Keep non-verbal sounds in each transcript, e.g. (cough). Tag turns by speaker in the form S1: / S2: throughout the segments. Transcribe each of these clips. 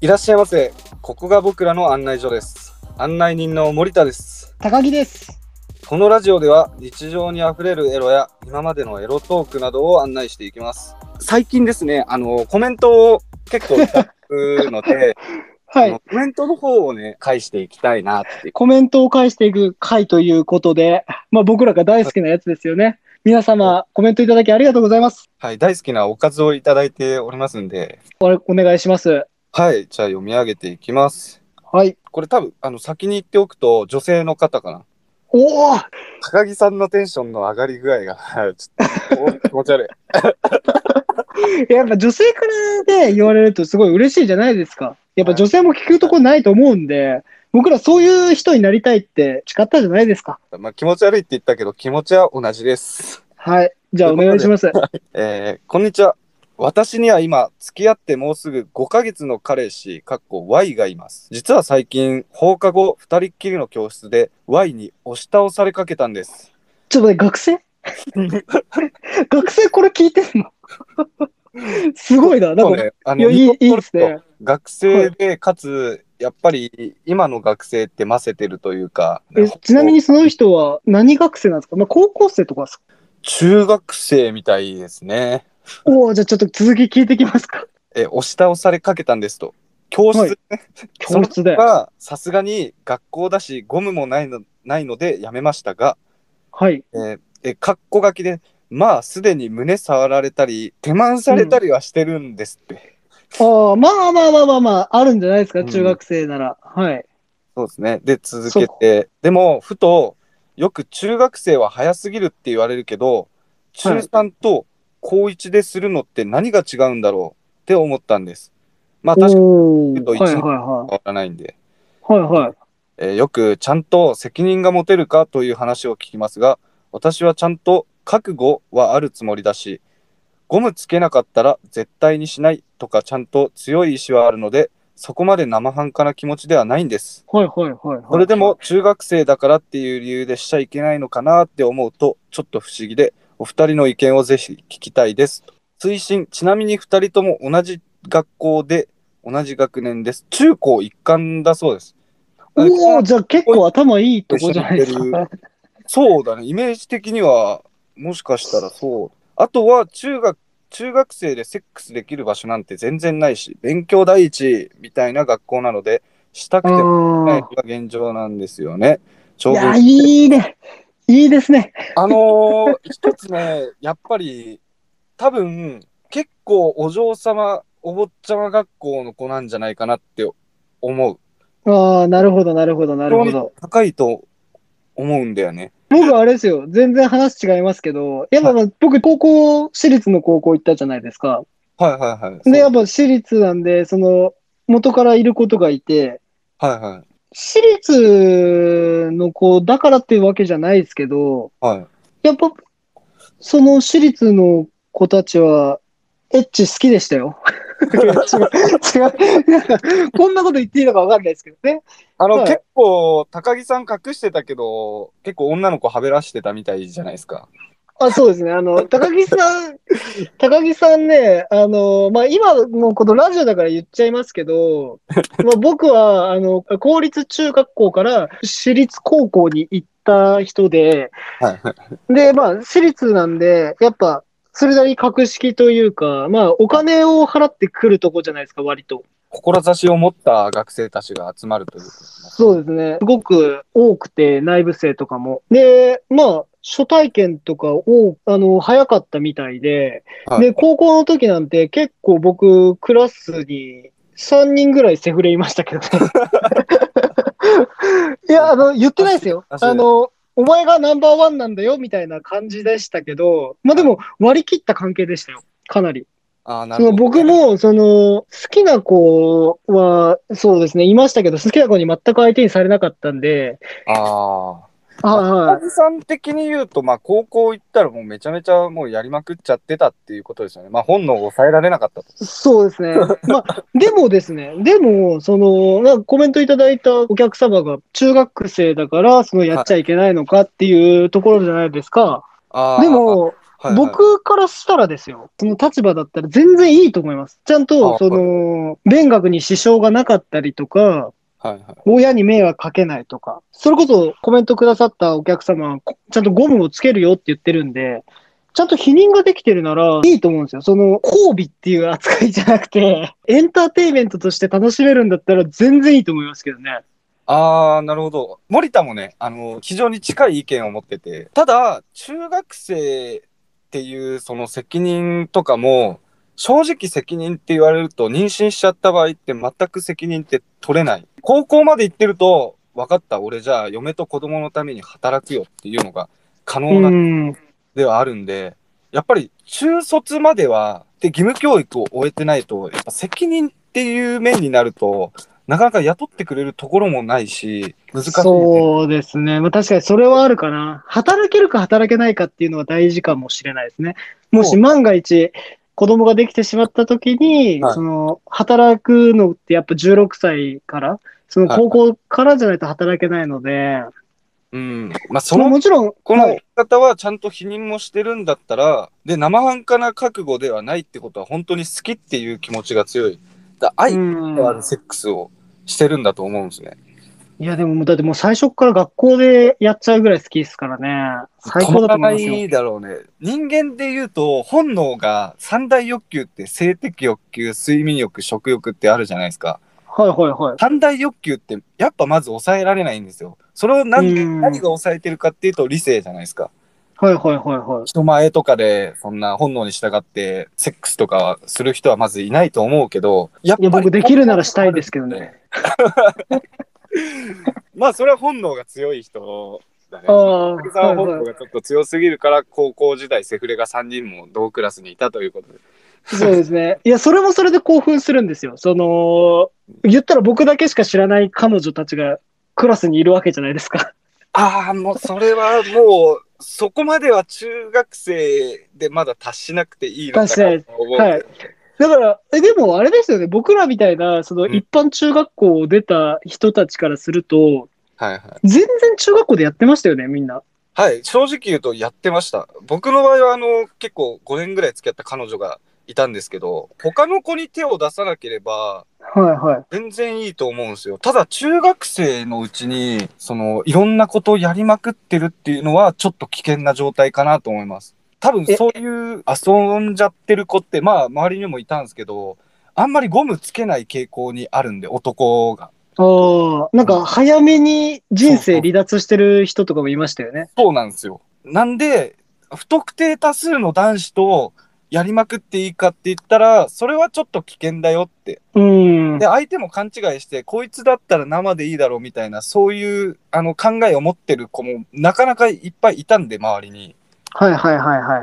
S1: いらっしゃいませ。ここが僕らの案内所です。案内人の森田です。
S2: 高木です。
S1: このラジオでは日常にあふれるエロや今までのエロトークなどを案内していきます。最近ですね、あのコメントを結構いただくので、
S2: (laughs) は
S1: あの
S2: い。
S1: コメントの方をね、返していきたいなっていう。
S2: コメントを返していく回ということで、まあ僕らが大好きなやつですよね。皆様、コメントいただきありがとうございます。
S1: はい、大好きなおかずをいただいておりますんで、
S2: おお願いします。
S1: はい、じゃあ読み上げていきます。
S2: はい。
S1: これ多分、あの先に言っておくと、女性の方かな。
S2: おお
S1: 高木さんのテンションの上がり具合が、 (laughs) はいちょっと気持ち悪い。
S2: やっぱ女性からね、言われるとすごい嬉しいじゃないですか。やっぱ女性も聞くとこないと思うんで、僕らそういう人になりたいって誓ったじゃないですか。
S1: まあ、気持ち悪いって言ったけど気持ちは同じです。
S2: はい。じゃあお願いします。
S1: えーこんにちは。私には今、付き合ってもうすぐ5ヶ月の彼氏、かっこ Y がいます。実は最近、放課後、二人っきりの教室で Y に押し倒されかけたんです。
S2: ちょっと待って、学
S1: (laughs)
S2: 生学生これ聞いてんのすごいな。なん
S1: そう
S2: か、
S1: ね、あ
S2: いや
S1: の、
S2: いい
S1: ニコ
S2: いい
S1: ッ
S2: で
S1: と
S2: すね。
S1: 学生で、かつ、やっぱり、今の学生ってませてるというか、
S2: えちなみにその人は何学生なんですか、まあ、高校生とかですか
S1: 中学生みたいですね。
S2: おおじゃあちょっと続き聞いてきますか。
S1: え、押し倒されかけたんですと。教室
S2: はい (laughs) 教室で。
S1: はさすがに学校だしゴムもないのないのでやめましたが、
S2: はい。
S1: えーえカッコ書きでまあすでに胸触られたり手満されたりはしてるんですって、
S2: ああ、まあまあまあまあまあ、あるんじゃないです
S1: う
S2: か、
S1: ん
S2: 中学生なら。はい。
S1: そうですねで続けてでもふとよく中学生は早すぎるって言われるけど中3と高1でするのって何が違うんだろうって思ったんですまあ確かに
S2: おお
S1: ちょっと一
S2: はい
S1: 年
S2: は
S1: 変わらないんで
S2: いはい。はいはい。
S1: えーよくちゃんと責任が持てるかという話を聞きますが私はちゃんと覚悟はあるつもりだしゴムつけなかったら絶対にしないとかちゃんと強い意志はあるのでそこまで生半可な気持ちではないんです
S2: はいはいはいはい。
S1: それでも、中学生だからっていう理由でしちゃいけないのかなって思うとちょっと不思議でお二人の意見をぜひ聞きたいです推進ちなみに二人とも同じ学校で同じ学年です中高一貫だそうです
S2: おおじゃあ結構頭いいとこじゃないです
S1: 一緒に行
S2: (laughs) か。
S1: そうだね、イメージ的には、もしかしたらそう。あとは中学、中学生でセックスできる場所なんて全然ないし、勉強第一みたいな学校なので、したく
S2: あ
S1: てもない
S2: ー
S1: のが現状なんですよね。ちょ
S2: いう
S1: ど、
S2: や、いいね。いいですね。
S1: あのー一つね、 (laughs) やっぱり、多分、結構お嬢様、お坊ちゃま学校の子なんじゃないかなって思う。
S2: ああ、なるほどなるほどなるほど。
S1: 高いと思うんだよね。
S2: 僕あれですよ。全然話違いますけど、やっぱまあ僕高校、私立の高校行ったじゃないですか。
S1: はいはいはい。
S2: で、
S1: そ
S2: や
S1: う
S2: っぱ私立なんで、その、元からいることがいて、
S1: はいはい。
S2: 私立の子だからっていうわけじゃないですけど、
S1: はい。
S2: やっぱ、その私立の子たちは、エッチ好きでし
S1: (laughs)
S2: たよ。違う、違う。なんかこんなこと言っていいのかわかんないですけどね。
S1: あの、
S2: はい
S1: 結構、高木さん隠してたけど、結構女の子はべらしてたみたいじゃないですか。
S2: あ、そうですね。
S1: (laughs)
S2: あの、高木さん、高木さんね、あの、まあ、今のこのラジオだから言っちゃいます
S1: (laughs)
S2: けど、まあ、僕は、あの、公立中学校から私立高校に行った人で、
S1: はい。
S2: で、まあ、私立なんで、やっぱ、それなりに格式というか、まあ、お金を払ってくるとこじゃないですか、割と。
S1: 志を持った学生たちが集まるということですね
S2: そうですね。すごく多くて、内部生とかも。で、まあ、初体験とかを、あの、早かったみたいで、
S1: はい
S2: で、高校の時なんて結構僕、クラスに3人ぐらいセフレいましたけ
S1: (laughs)
S2: どね。いや、あの、言ってないですよ。
S1: あそう
S2: あの、お前がナンバーワンなんだよ、みたいな感じでしたけど、まあでも、割り切った関係でしたよ。かなり。
S1: あーな
S2: そ
S1: るほ
S2: の
S1: ど。
S2: 僕も、その、好きな子は、そうですね、いましたけど、好きな子に全く相手にされなかったんで、
S1: あ
S2: はい
S1: あ。
S2: は
S1: 高木さん的に言うと、まあ、高校行ったらもうめちゃめちゃもうやりまくっちゃってたっていうことですよね。まあ、本能を抑えられなかったと。
S2: い。そ
S1: (laughs)
S2: うですね。まあ、でもですね、でも、その、まあコメントいただいたお客様が、中学生だから、その、やっちゃいけないのかっていうところじゃないですか。
S1: あー
S2: で、も、
S1: はいはい、
S2: 僕からしたらですよ、その立場だったら全然いいと思います。ちゃんと、
S1: あ
S2: その、勉学に支障がなかったりとか、
S1: はいはい、
S2: 親に迷惑かけないとか、それこそコメントくださったお客様は、こちゃんとゴムをつけるよって言ってるんで、ちゃんと否認ができてるならいいと思うんですよ。その、交尾っていう扱いじゃなくて、エンターテイメントとして楽しめるんだったら全然いいと思いますけどね。
S1: あーなるほど森田もねあの非常に近い意見を持っててただ中学生っていうその責任とかも正直責任って言われると妊娠しちゃった場合って全く責任って取れない高校まで行ってると分かった俺じゃあ嫁と子供のために働くよっていうのが可能な
S2: うん。
S1: ではあるんで、やっぱり中卒まではで義務教育を終えてないと、やっぱ責任っていう面になると、なかなか雇ってくれるところもないし、難しい、ね。
S2: そうですね。まあ、確かにそれはあるかな。働けるか働けないかっていうのは大事かもしれないですね。もし
S1: そう
S2: 万が一子供ができてしまった時に、
S1: はい
S2: その働くのってやっぱ16歳から、その
S1: はい
S2: 高校からじゃないと働けないので、
S1: うん。まあ、そ
S2: その
S1: の、
S2: もちろん、
S1: こ
S2: は
S1: の
S2: い
S1: 方はちゃんと否認もしてるんだったら、で、生半可な覚悟ではないってことは、本当に好きっていう気持ちが強い。だ愛
S2: う
S1: の
S2: ん
S1: あるセックスをしてるんだと思うんですね。
S2: いやでももうだってもう最初から学校でやっちゃうぐらい好きですからね。最高だと思います
S1: 止まらな
S2: よ。
S1: いだろうね。人間で言うと、本能が三大欲求って性的欲求、睡眠欲、食欲ってあるじゃないですか。
S2: はいはいはい。
S1: 三大欲求ってやっぱまず抑えられないんですよ。それを何,、
S2: うん
S1: 何が抑えてるかっていうと理性じゃないですか。
S2: はいはいはいはい。
S1: 人前とかでそんな本能に従ってセックスとかする人はまずいないと思うけど、やっ
S2: いや僕できるならしたいですけどね。
S1: まあそれは本能が強い人だね。
S2: ああ、は
S1: 福沢
S2: い
S1: 本部
S2: は
S1: がちょっと強すぎるから高校時代セフレが3人も同クラスにいたということで。
S2: い。そうですね。いや、それもそれで興奮するんですよ。その、言ったら僕だけしか知らない彼女たちがクラスにいるわけじゃないですか。
S1: ああもうそれはもうそこまでは中学生でまだ達しなくていいのかなと思うけど。
S2: はいだから、え、でもあれですよね。僕らみたいな、その
S1: うん
S2: 一般中学校を出た人たちからすると、
S1: はいはい
S2: 全然中学校でやってましたよね、みんな。
S1: はい、正直言うとやってました。僕の場合はあの結構5年ぐらい付き合った彼女がいたんですけど他の子に手を出さなければ
S2: はいはい。
S1: 全然いいと思うんですよ。ただ中学生のうちに、その、いろんなことをやりまくってるっていうのは、ちょっと危険な状態かなと思います。多分
S2: え
S1: そういう遊んじゃってる子って、まあ周りにもいたんですけど、あんまりゴムつけない傾向にあるんで、男が。
S2: ああ、なんか早めに人生離脱してる人とかもいましたよね。
S1: そうなんですよ。なんで、不特定多数の男子とやりまくっていいかって言ったら、それはちょっと危険だよって
S2: うん (laughs)
S1: で。相手も勘違いしてこいつだったら生でいいだろうみたいなそういうあの考えを持ってる子もなかなかいっぱいいたんで周りに
S2: はいはいはいはいは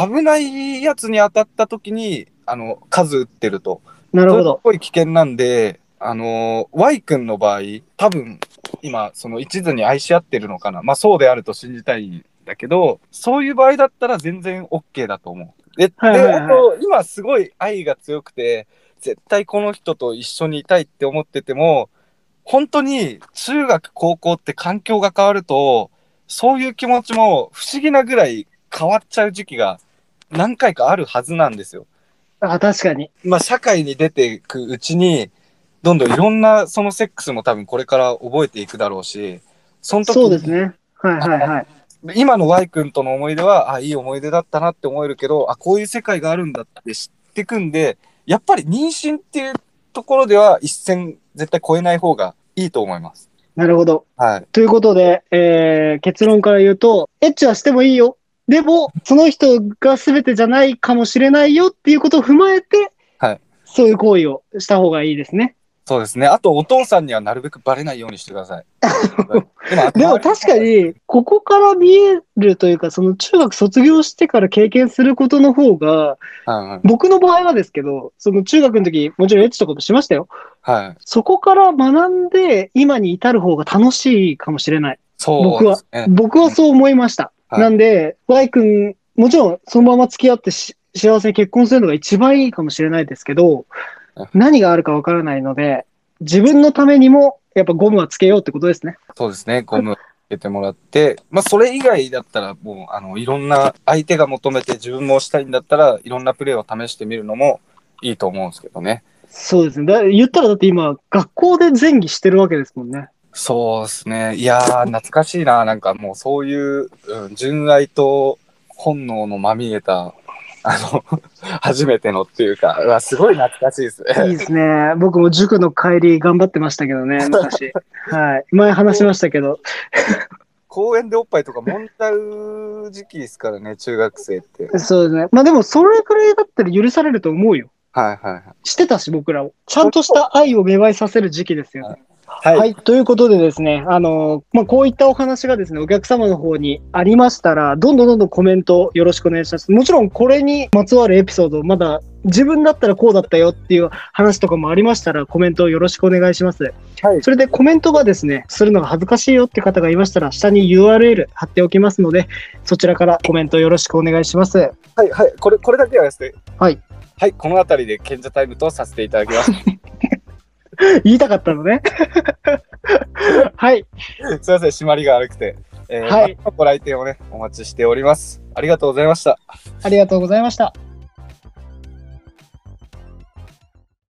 S2: いは
S1: 危ないやつに当たった時にあの数打ってると
S2: い。なる
S1: そ
S2: ほ
S1: れす
S2: ど。
S1: ごい危険なんであの Y 君の場合多分今その一途に愛し合ってるのかなまあそうであると信じたいんだけどそういう場合だったら全然 OK だと思う。で,で、
S2: はいはいはい
S1: あと今すごい愛が強くて絶対この人と一緒にいたいって思ってても本当に中学高校って環境が変わるとそういう気持ちも不思議なぐらい変わっちゃう時期が何回かあるはずなんですよ。
S2: あ、確かに。
S1: まあ、社会に出ていくうちに、どんどんいろんなそのセックスも多分これから覚えていくだろうし、その時
S2: そうですね。はいはいはい。
S1: 今の Y 君との思い出は、あ、いい思い出だったなって思えるけど、あ、こういう世界があるんだって知ってくんで、やっぱり妊娠っていうところでは一線絶対超えない方がいいと思います。
S2: なるほど。
S1: はい。
S2: ということで、えー結論から言うと、エッチはしてもいいよ。でも、その人が全てじゃないかもしれないよっていうことを踏まえて、
S1: はい
S2: そういう行為をした方がいいですね。
S1: そうですね。あと、お父さんにはなるべくバレないようにしてくだ
S2: (laughs)
S1: さい。
S2: でも確かに、ここから見えるというか、その中学卒業してから経験することの方が、
S1: うんうん
S2: 僕の場合はですけど、その中学の時、もちろんエッチとかもしましたよ。
S1: はい。
S2: そこから学んで、今に至る方が楽しいかもしれない。
S1: そうですね。
S2: 僕はそう思いました。
S1: はい
S2: なんで、Y 君、もちろんそのまま付き合ってし幸せに結婚するのが一番いいかもしれないですけど
S1: はい、
S2: 何があるかわからないので、自分のためにも、やっぱゴムはつけようってことですね。
S1: そうですね。ゴムけてもらって、まあ、それ以外だったら、もう、あの、いろんな、相手が求めて自分もしたいんだったら、いろんなプレーを試してみるのもいいと思うんですけどね。
S2: そうですね。だ言ったらだって今、学校で前儀してるわけですもんね。
S1: そうですね。いやー、懐かしいな。なんかもう、そういう、うん、純愛と本能のまみえた、あの、 (laughs) 初めてのっていうか、うわ、すごい懐かしいです (laughs) ね。
S2: いいですね。僕も塾の帰り頑張ってましたけど
S1: (laughs)
S2: ね、昔。はい。前話しましたけど。
S1: 公園でおっぱいとかもんじゃう時期ですからね、中学生って。
S2: そうですね。まあでも、それくらいだったら許されると思うよ。
S1: はいはいはい。
S2: してたし、僕らを。ちゃんとした愛を芽生えさせる時期ですよね。
S1: は
S2: はい、ということでですね、あのまあ、こういったお話がですね、お客様の方にありましたら、どんどんどんどんコメントよろしくお願いします。もちろん、これにまつわるエピソード、まだ自分だったらこうだったよっていう話とかもありましたら、コメントよろしくお願いします。
S1: はい
S2: それでコメントがですね、するのが恥ずかしいよって方がいましたら、下に URL 貼っておきますので、そちらからコメントよろしくお願いします。
S1: はいはい、これこれだけはですね。
S2: はい。
S1: はい、この辺りで賢者タイムとさせていただき
S2: (laughs)
S1: ます。
S2: 言いたかったのね。 (laughs) はい、
S1: すいません、締まりが悪くて。えー
S2: はい
S1: またご来店をね、お待ちしております。ありがとうございました。
S2: ありがとうございました。